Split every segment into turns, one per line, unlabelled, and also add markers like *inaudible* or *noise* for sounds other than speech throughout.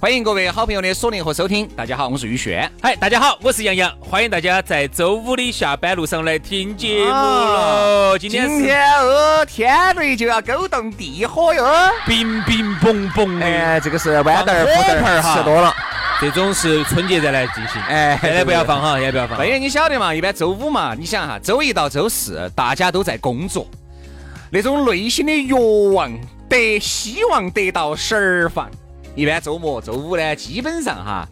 欢迎各位好朋友的锁定和收听。大家好，我是宇轩。
嗨，大家好，我是杨洋，欢迎大家在周五的下班路上来听节目喽。今
啊
天是
哦，天雷就要勾动地火哟。
冰冰嘣嘣的，
哎，这个是豌豆儿、
放
葡
火
萄
盆
儿
儿哈
吃多了。
这种是春节再来进行。
哎
现在不要放哈，现在不要放
哎
当。然，你晓得嘛，一般周五嘛，你想哈，周一到周四大家都在工作，那种内心的欲望得希望得到释放。一般周末、周五呢，基本上哈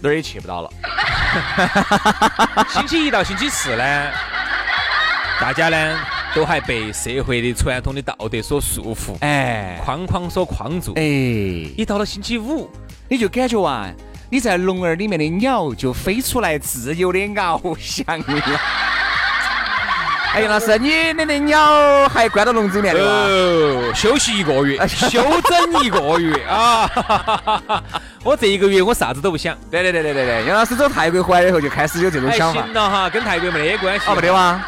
哪儿也去不到了。
哎
星期一到星期四呢，大家呢都还被社会的传统的道德所束缚，
哎
框框所框住。
哎。
一到了星期五，
你就感觉啊，你在笼儿里面的鸟就飞出来自由的翱翔了。
*laughs*
哎呀，老师，你你的鸟还关到笼子里面的哇？
哦，休息一个月，休整一个月 *laughs* 啊！哈哈哈哈我这一个月我啥子都不想。
对对对对对对，杨老师走泰国回来以后就开始有这种
还
想法
哎行。了哈，跟泰国啊没得关系。
哦，没得哇？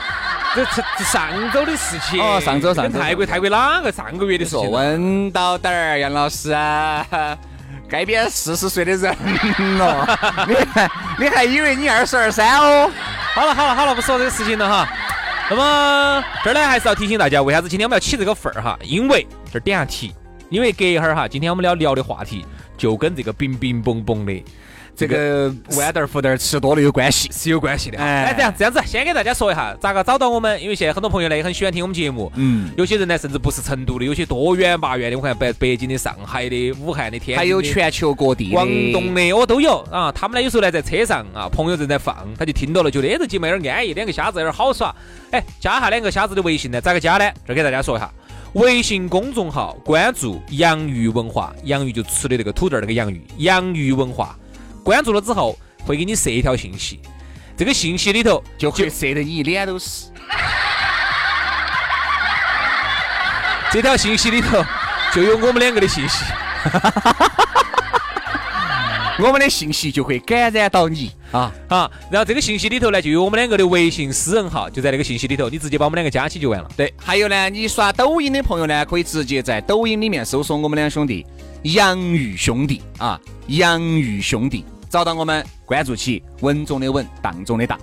这这这上周的事情。
哦上周上周
跟泰国泰国哪个上个月的
你
事
说
情呢？
问到点儿，杨老师啊， *laughs* 该变四十岁的人了，
*laughs*
你还你还以为你二十二三哦？
好了好了好了，不说这个事情了哈。那么这儿呢，还是要提醒大家，为啥子今天我们要起这个份儿哈？因为这儿点下题，因为隔一会儿哈，今天我们要聊的话题就跟这个冰冰嘣嘣的
这个豌豆儿、葡萄儿吃多了有关系。
是有关系的哈。
哎
哎，这样这样子，先给大家说一下咋个找到我们，因为现在很多朋友呢也很喜欢听我们节目，
嗯
有些人呢甚至不是成都的，有些多远八远的，我看北北京的、上海的、武汉的、天津的
还有全球各地的
嗯广东的我都有啊。他们呢有时候呢在车上啊，朋友正在放，他就听到了，觉得哎这节目有点安逸，两个瞎子有点好耍。哎，加一下两个瞎子的微信呢，咋个加呢？这儿给大家说一下，微信公众号关注“洋芋文化”，洋芋就吃的那个土豆儿那个洋芋，洋芋文化。关注了之后会给你射一条信息，这个信息里头
就会射得你一脸都是。
这条信息里头就有我们两个的信息。
我们的信息就会感染到你啊！
啊，然后这个信息里头呢，就有我们两个的微信私人号，就在那个信息里头，你直接把我们两个加起就完了。
对，还有呢，你刷抖音的朋友呢，可以直接在抖音里面搜索我们两兄弟“洋芋兄弟”啊，“洋芋兄弟”，找到我们，关注起，稳中的稳，当中的当。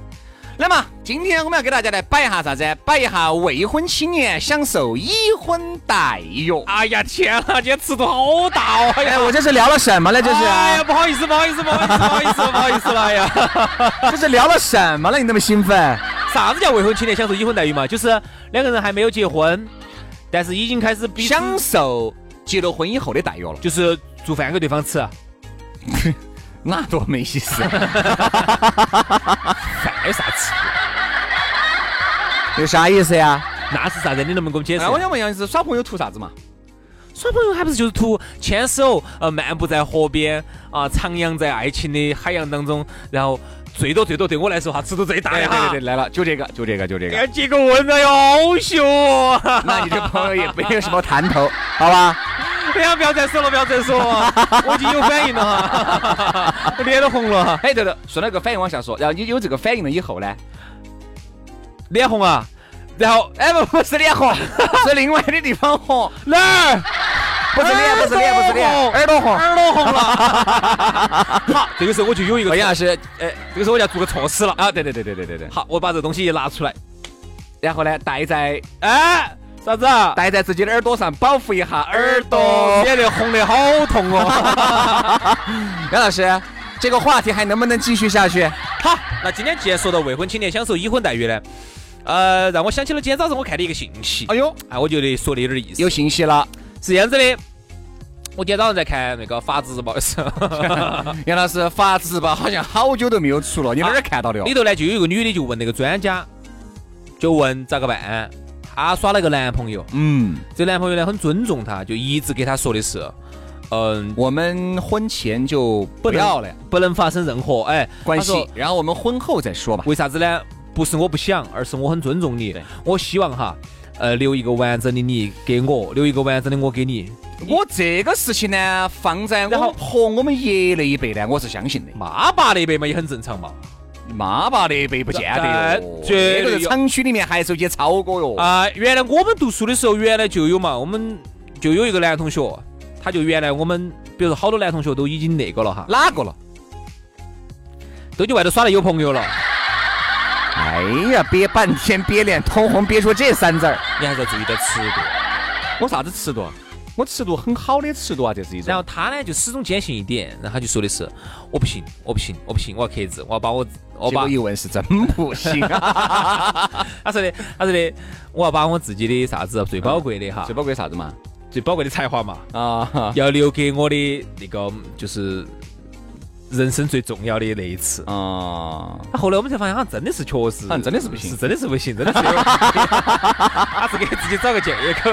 那么今天我们要给大家来摆一下啥子？摆一下未婚青年享受已婚待遇。
哎呀天呐，今天尺度好大哦！哎
哎，
呀，
我这是聊了什么了？这是，
哎呀，不好意思，不好意思，不好意思，不好意思，不好意思了。哎呀，
这是聊了什么了？你那么兴奋？
*laughs* 啥子叫未婚青年享受已婚待遇嘛？就是两个人还没有结婚，但是已经开始彼此
享受结了婚以后的待遇了，
就是做饭给对方吃，
那多没意思。啊
饭有啥吃？
*laughs* 有啥意思呀？
那是啥子？你能不能给哎我们解释
那？哎我想问杨老师，耍朋友图啥子嘛？
耍朋友还不是就是图牵手，呃，漫步在河边啊，徜徉在爱情的海洋当中，然后最多最多对我来说哈，尺度最大
哎
的哈。
来了，就这个，就这个，就这 *laughs*
要。哎结个婚了哟，好羞哦！
那你这朋友也没有什么谈头，好吧？
*laughs* 不要不要再说了，不要再说了，我已经有反应了
*laughs*
哈，我脸都红了哈，
*laughs* 哎，对对，顺那个反应往下说，然后你有这个反应了以后呢，
脸红啊，然后
哎不不是脸 *laughs* 红，是另外的地方红，
哪儿
不是脸不是哎脸不是脸，耳朵红。
耳朵红
*laughs*
了？好，这个时候我就有一个，
哎，杨老师，哎
这个时候我就要做个措施了。
啊，对对对对对对对。
好，我把这东西一拿出来，
然后呢，戴在
哎，啥子啊？
戴在自己的耳朵上，保护一下耳
耳
朵
朵。脸得红得好痛
*laughs*
哦。
杨老师，这个话题还能不能继续下去？
好，那今天既然说到未婚青年享受已婚待遇呢，呃，让我想起了今天早上我看的一个信息，
哎呦，
哎，我觉得说的有点意思。
有信息了，
是这样子的，我今天早上在看那个《法制日报》 *laughs* 的时候，
杨老师，法制吧好像好久都没有出了，你哪儿看到的哦？
里头呢就有一个女的就问那个专家，就问咋个办？她耍了个男朋友，
嗯，
这男朋友呢很尊重她，就一直给她说的是，嗯、
我们婚前就不
能
要了
不能发生任何哎
关
她说
系，然后我们婚后再说吧。
为啥子呢？不是我不想，而是我很尊重你
对。
我希望哈，呃，留一个完整的你给我，留一个完整的我给你。
我这个事情呢，放在我
然后
们婆我们爷那一辈呢，我是相信的。
妈爸那辈嘛也很正常嘛。
妈爸那一辈不见得哟
那，绝对
那个是
有
厂区里面还手去超过哟。
啊、原来我们读书的时候，原来就有嘛，我们就有一个男同学，他就原来我们，比如说好多男同学都已经那个了哈，
哪个了？
都去外头耍了有朋友了，
哎呀，憋半天，憋脸通红，憋出这三字儿。
你还是要注意点尺度。
我啥子尺度啊？我尺度很好的尺度啊，这是一
然后。他呢就始终坚信一点，然后他就说的是，我不行，我不行，我不行，我要克制，我要把我我
结
把
果一问是真不行啊！ *laughs*
他说的，他说的，我要把我自己的啥子最宝贵的哈，
最宝贵啥子嘛？
最宝贵的才华嘛，
啊
要留给我的那个就是人生最重要的那一次。
啊！
那后来我们才发现，好像真的是确实，
好像真的是不行
是啊真的是不 *laughs* 行，真的是有，他是给自己找个借 *laughs* 口。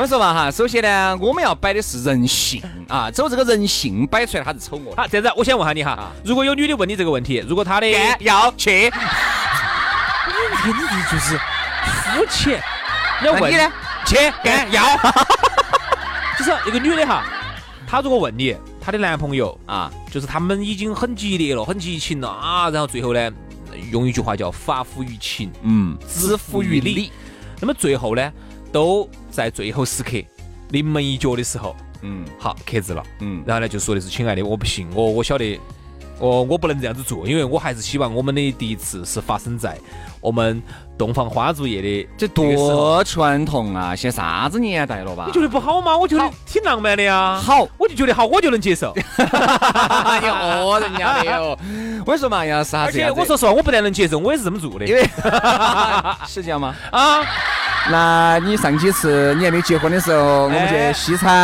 我说嘛哈，首先呢，我们要摆的是人性啊，走这个人性摆出来，他是丑恶的。
好，这样啊子，我先问下你哈，如果有女的问你这个问题，如果她的，
干要去，
肯定就是肤浅，你要
那
问
你呢？
去
干要
*laughs* 就是一个女的哈，她如果问你，她的男朋友
啊！
就是他们已经很激烈了，很激情了啊，然后最后呢，用一句话叫发乎于情，
嗯，
止乎于理。那么最后呢，都在最后时刻临门一脚的时候，
嗯
好克制了，
嗯，
然后呢就说的是亲爱的，我不行，我我晓得，哦我我不能这样子做，因为我还是希望我们的第一次是发生在我们洞房花烛夜的
这
个时候
多传统啊！现在啥子年代了吧？
你觉得不好吗？我觉得
好
挺浪漫的呀。
*laughs* 好
我就觉得好，我就能接 *laughs* 受。
哎呀，哦，人家的哟！我跟你说嘛，杨老师，他
而
这
且
样子
我，说实话，我不但能接受，我也是这么做的
因为 *laughs* 是这样吗？
啊。
那你上几次你还没结婚的时候，我们
哎
去西餐，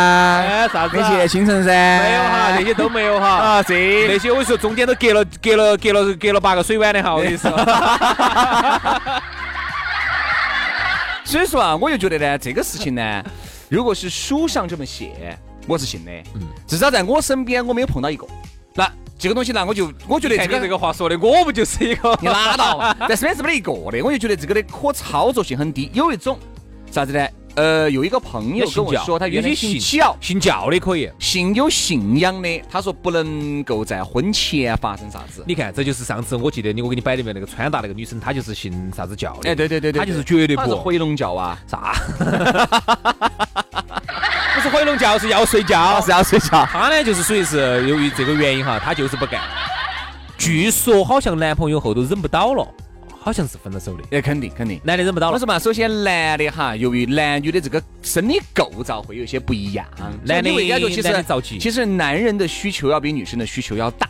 哎，啥子
没
啊？
去青城噻？
没有哈，那些都没 *laughs* 有哈。
啊，这
那些我说中间都隔了隔了隔了隔了八个水碗的哈，我跟你 *laughs* 说。
所以说啊，我就觉得呢，这个事情 *laughs* 呢，如果是书上这么写，我是信的。至少在我身边，我没有碰到一个。那这个东西呢，我就我觉得
*laughs* 看
这
你这
个。
个话说的，我不就是一个
你拉倒 *laughs* 吧，在身边是没得一个的，我就觉得这个的可操作性很低。有一种啥子呢？呃，有一个朋友跟我说，他原来信教，
信教的可以。
信有信仰的，他说不能够在婚前啊发生啥子。
你看，这就是上次我记得你我给你摆里面那个川大那个女生，她就是信啥子教的。
哎，对对对对，
她就是绝对
他是
不
回笼觉啊，
啥。 *laughs* 不是回笼觉，是要睡
他
觉。啊
是要睡觉。
她呢，就是属于是由于这个原因哈，她就是不干。据说好像男朋友后头忍不到了，好像是分了手的。
那哎肯定肯定。
男的忍不到
我
了，
说嘛，首先男的哈，由于男女的这个生理构造会有些不一样，
男的
所以你会感觉其
嗯男的
实
着急
其实男人的需求要比女生的需求要大，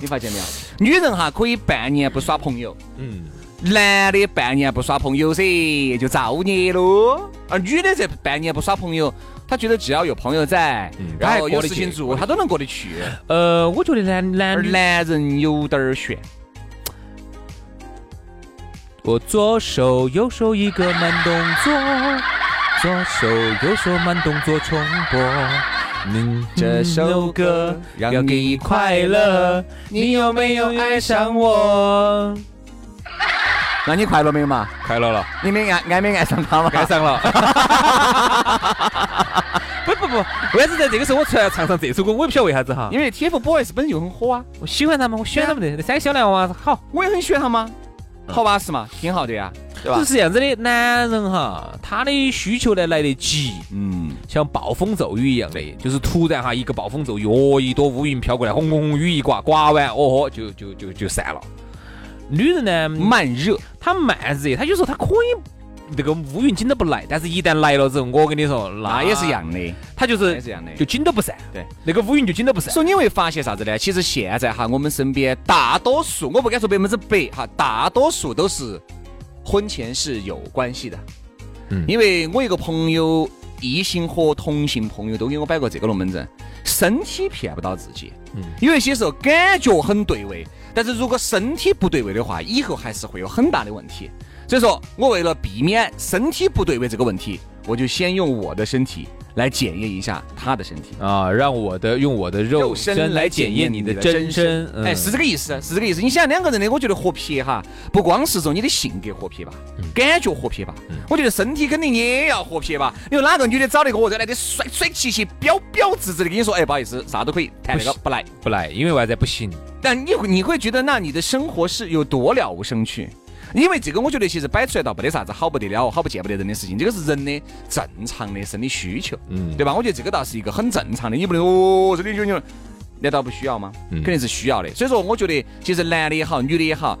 你发现没有？女人哈可以半年不耍朋友，
嗯，
男的半年不耍朋友噻，就造孽喽。而啊女的这半年不耍朋友，她觉得只要有朋友在，
嗯她
然
还
后
过
有
得
事情
去
做，她都能过得去。
呃，我觉得男男
而
女
男人有点儿悬，
我左手右手一个慢动作，左手右手慢动作重播。嗯，
这首歌
要
让
给
你
你
快
快
乐
乐，，你有没有爱上我？
那你快乐没有嘛？
快乐 *laughs* 了，
你没爱爱没爱上他嘛？
爱上了。 *laughs* 不不不，为啥子在这个时候我出来唱唱这首歌？我也不晓得为啥子哈。
因为 TFBOYS 本身就很火啊，
我喜欢他们，我喜欢他们的那三个小男娃娃好。
我也很喜欢他嘛，好巴适嘛，挺好的呀，对吧
就？是这样子的，男人哈，他的需求呢来得急，
*laughs* 嗯，
像暴风骤雨一样的，就是突然哈一个暴风骤雨，哦，一朵乌云飘过来，轰轰轰，雨一刮，刮完，哦豁，就就就就散了。女人呢，
慢热，
她慢热，她有时候她可以这个乌云紧都不来，但是一旦来了之后，我跟你说，
那
那
啊也是一，样的，
她就
也
啊是
是一样的。
就紧都不散，
对，
那个乌云就紧都不散。
所以你会发现啥子呢？其实现在哈，我们身边大多数，我不敢说百分之百哈，大多数都是婚前是有关系的。
嗯
因为我一个朋友，异性和同性朋友都给我摆过这个龙门阵：身体骗不到自己。
嗯
有一些时候感觉很对位，但是如果身体不对位的话，以后还是会有很大的问题。所以说我为了避免身体不对位这个问题，我就先用我的身体来检验一下他的身体。
啊，让我的用我的肉
肉身
身
来
来
检
检
验
验
你
你
的
的
真
真
身
身，，嗯
哎，是这个意思，是这个意思。你想两个人的，我觉得合拍哈，不光是说你的性格合拍吧，
嗯
感觉合拍吧，我觉得身体肯定也要合拍吧。你说哪个女的找那个，我在那里帅帅气气、标标致致的跟你说，哎，不好意思，啥都可以，谈那个
不
不来。
不来，因为为啥子不行？
但你会你会觉得那你的生活是有多了无生趣？因为这个，我觉得其实摆出来倒没得啥子好不得了、好不见不得人的事情，这个是人的正常的生理需求，
嗯
对吧？我觉得这个倒是一个很正常的，你不能哦，这里就你难道不需要吗？
嗯
肯定是需要的。所以说，我觉得其实男的也好，女的也好，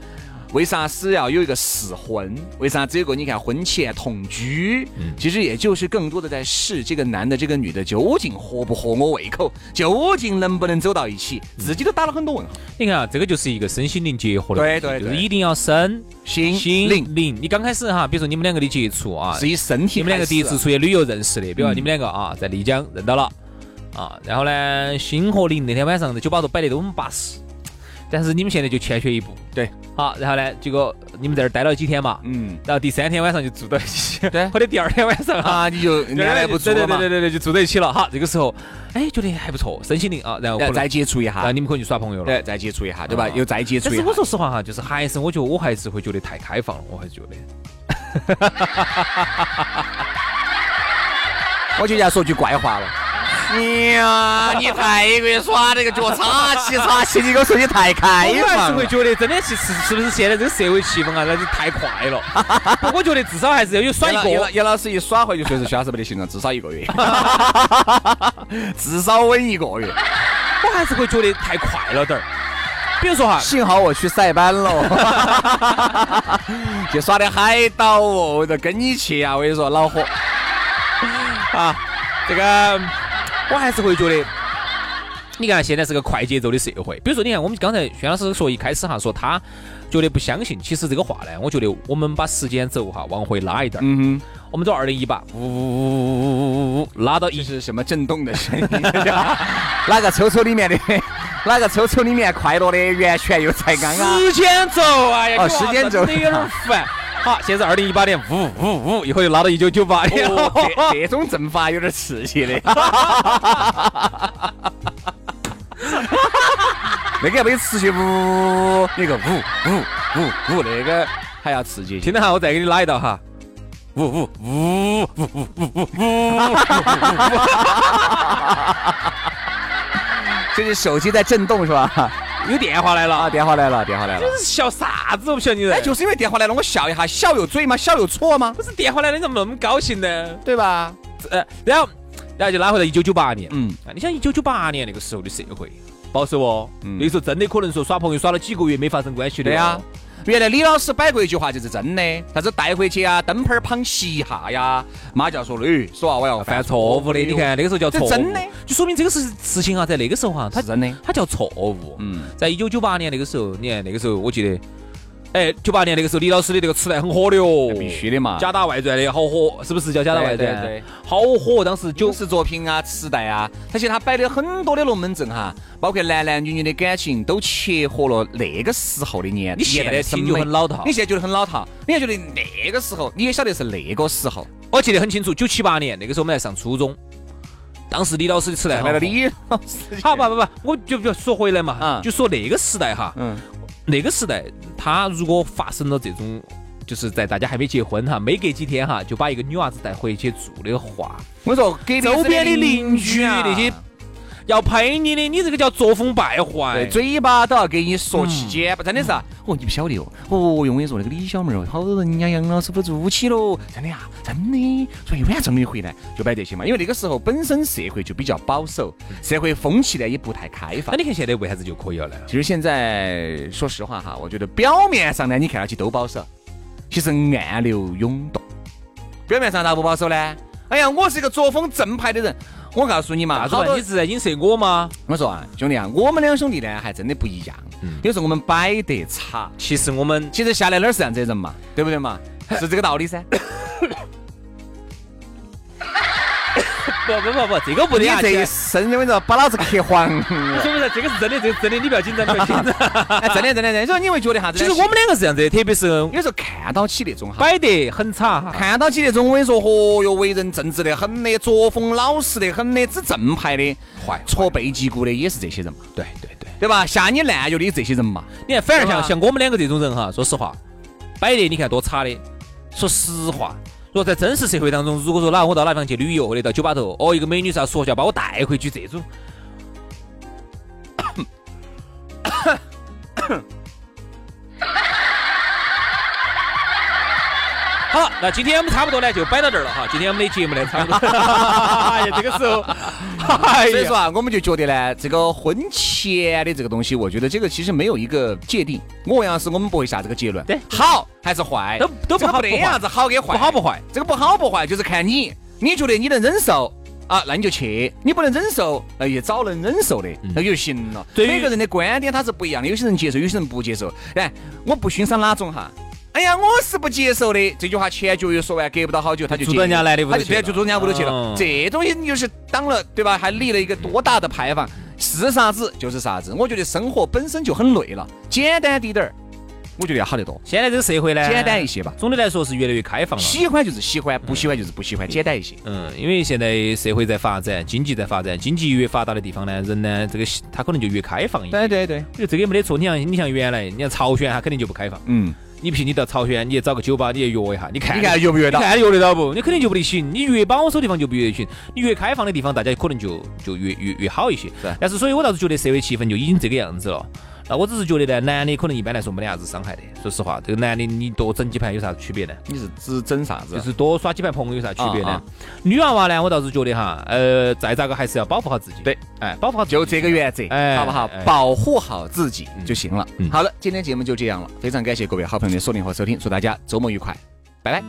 为啥是要有一个试婚？为啥只有个你看婚前同居？
嗯
其实也就是更多的在试这个男的、这个女的究竟合不合我胃口，究竟能不能走到一起，
嗯
自己都打了很多问号。
你看啊，这个就是一个身心灵结合的
对
问题，
对
就是
对
一定要身
心
心
灵
灵。你刚开始哈，比如说你们两个的接触啊，
是以身体
你们两个第一次
开始
出去旅游认识的，比如说
嗯
你们两个啊，在丽江认到了啊，然后呢，心和灵那天晚上在酒吧头摆得都很巴适，但是你们现在就欠缺一步，
对，
好，然后呢，结果你们在这儿待了几天嘛，
嗯
然后第三天晚上就住到一起，
对
或者第二天晚上啊，
*laughs* 啊，你就按
第二
耐
天
不
就
住了
对
嘛
对对，对对，就住到一起了哈，这个时候，哎，觉得还不错，身心灵啊，然后可
然
能
后再接触一
然后
下，
哎你们可以去耍朋友了。
对，再接触一下，对吧？
啊
又再接触
但
一
是
下
我。说实话哈，就是还是我觉得我还是会觉得太开放了，我还是觉得。
我就要说句怪
*laughs*
话了。哎呀，你太会耍那个脚叉起叉起，你跟我说你太开
我还
放
*laughs* 是会
了。
觉得，真的是是是不是现在这个社会气氛啊，那就太快了。不我觉得至少还是要有耍一
杨老
个。
杨老师一耍回去，随时消失没得行了，至少一
*laughs*
个月，至少稳一个月。
啊我还是会觉得太快了点儿。比如说哈，
幸好我去塞班 *laughs* 了，去耍的海岛哦，我就跟你去啊！我跟你说，恼火。
啊，这个我还是会觉得，你看现在是个快节奏的社会。比如说，你看我们刚才轩老师说一开始哈，说他觉得不相信，其实这个话呢，我觉得我们把时间轴哈往回拉一点儿，
嗯哼，
我们从二零一八，呜呜呜呜呜呜呜，拉到
这
一。
是什么震动的声 *laughs* 音？哪个抽抽里面的？ *laughs* 哪个抽抽里面快乐的源泉又才刚刚？
时间轴，哎呀，
啊哦
给我
时间轴
真的有点
*laughs*
烦。好，现在二零一八年，呜呜呜，以后又拉到一九九八哎年了。
哦，这这种阵法有点刺激的。 *laughs* 那个要没持续呜，那个呜呜呜呜，那个还要刺激。
听到哈，我再给你拉一道哈。
就是手机在震动是吧？
有电话来了
啊，
啊！
电话来了，电话来了
这。是笑啥子？我不晓得你人。
哎，就是因为电话来了，我笑一下，笑有罪吗？笑有错吗？
不是电话来了，你怎么那么高兴呢？
对吧？
呃，然后，然后就拉回到一九九八年。
嗯，
啊，你想一九九八年那个时候的社会，保守哦。
嗯
那个时候真的可能说耍朋友耍了几个月没发生关系的。哦
对啊呀、。原来李老师摆过一句话，就是真的，啥子带回去啊，灯泡儿旁洗一下呀，妈就要说，哎，说话我要
犯错误的，你看那个时候叫
这
错误，
真的
就说明这个事事情啊，在那个时候哈、它
是真的。
它叫错误。
嗯，
在一九九八年那个时候，你看那个时候，我记得，哎，九八年那个时候，李老师的那个磁带很火的哦，
必须的嘛
假打外传的好火，是不是叫假打外
对对
传？
对
好火，当时
影
就
视作品啊、磁带啊，他其实他摆的很多的龙门阵哈，包括男男女女的感情都切合了那个时候的年。
你现在
年代审美
听就很老套
你现在觉得很老套，你还觉得那个时候，你也晓得是那个时候。
我记得很清楚，九七八年那个时候我们在上初中，当时李老师的磁带
来
很火。
了李老师，
好吧，不不，我就就说回来嘛，
嗯
就说那个时代哈，
嗯，
那个时代，他如果发生了这种，就是在大家还没结婚哈，没隔几天哈，就把一个女娃子带回去住的话，
我说隔壁
周边的邻居
啊
那些要呸你的，你这个叫作风败坏
对，。嘴巴都要给你说起，肩不真的是啊！哦，你不晓得哦，哦哟，我跟你说，那个李小妹儿哦，好多人家杨老师不住起喽，真的呀，真的。所以晚上没回来就摆这些嘛，因为那个时候本身社会就比较保守，社会风气呢也不太开放
那。你看现在为啥子就可以了呢？
其实现在说实话哈，我觉得表面上呢，你看上去都保守，其实暗流涌动。表面上咋不保守呢？哎呀，我是一个作风正派的人。我告诉你嘛，
啥子
好多
嘛？你是在影射我吗？
我说啊，兄弟啊，我们两兄弟呢还真的不一嗯样，有时候我们摆得差。
其实我们
*laughs* 其实下来哪儿是这样子的人嘛，对不对嘛？是这个道理噻。
不不不不，这个不
*laughs* 你
得啊！
这一
姐
生，我跟你说，把老子磕黄了。
是不是这个是真的？这个是真的，你不要紧张，不要紧张。
*laughs* 哎，真的真的真的，所以你会觉得啥
*laughs*
子
其
呢？
实我们两个是这样子的，特别是
有时候看到起那种哈，
摆得很差哈，
看到起那种我跟你说，嚯哟，为人正直的很的，作风老实的很的，只正派的，
坏
戳背脊骨的也是这些人嘛，
对对对。
对吧？下你滥药的这些人嘛，
你看，反而
是
像
吧
像我们两个这种人哈，说实话，摆得你看多差的。说实话，如果在真实社会当中，如果说哪我到哪地方去旅游或者到酒吧头，哦，一个美女啥说要把我带回去这种，好，那今天我们差不多呢，就摆到这儿了哈。今天我们的节目呢，差不多。 *laughs* 哎呀，这个时候，哎
所以
呀
说，啊，我们就觉得呢，这个婚前的这个东西，我觉得这个其实没有一个界定。我要是我们不会下这个结论，
对
好还是坏，
都都不
这个
好
得
不坏
啥子好跟坏，
不好不坏，
这个不好不坏就是看你，你觉得你能忍受。啊，那你就去，你不能忍受，那也找能忍受的，那就行了。
嗯对于
每个人的观点他是不一样的，有些人接受，有些人不接受。哎，我不欣赏哪种哈。哎呀，我是不接受的。这句话前脚又说完，隔不到好久他就
住到人家
来
男的屋头
他就
去了
对，就住人家屋头去了
哦。
这东西你就是当了，对吧？还立了一个多大的牌坊，是啥子就是啥子。我觉得生活本身就很累了，简单滴点儿，我觉得要好得多，
现在这个社会呢，
简单一些吧。
总的来说是越来越开放了。
喜欢就是喜欢，不喜欢就是不喜欢，简单一些。
嗯，因为现在社会在发展，经济在发展，经济越发达的地方呢，人呢，这个心他可能就越开放一点。
对对对，
因为这个也没得错，你像你像原来，你像朝鲜，他肯定就不开放。
嗯，
你譬如你到朝鲜，你也找个酒吧，你也约一下，你看
*laughs* 你看约不约
你
到？
看约得到不？你肯定就不得行。你越保守的地方就不越行，你越开放的地方，大家可能就就越越越好一些
是。
但是，所以我倒是觉得社会气氛就已经这个样子了。那我只是觉得呢，男的可能一般来说没得啥子伤害的。说实话，这个男的你多整几盘有啥区别呢？
你是指整啥子
就？是多耍几盘朋友有啥区别
啊啊
呢？女娃娃呢，我倒是觉得哈，呃，再咋个还是要保护好自己。
对，
哎，保护好自己。
就这个原则，
哎
好不好
哎？
保护好自己就行了。
嗯
好了，今天节目就这样了，非常感谢各位好朋友的锁定和收听，祝大家周末愉快，拜拜。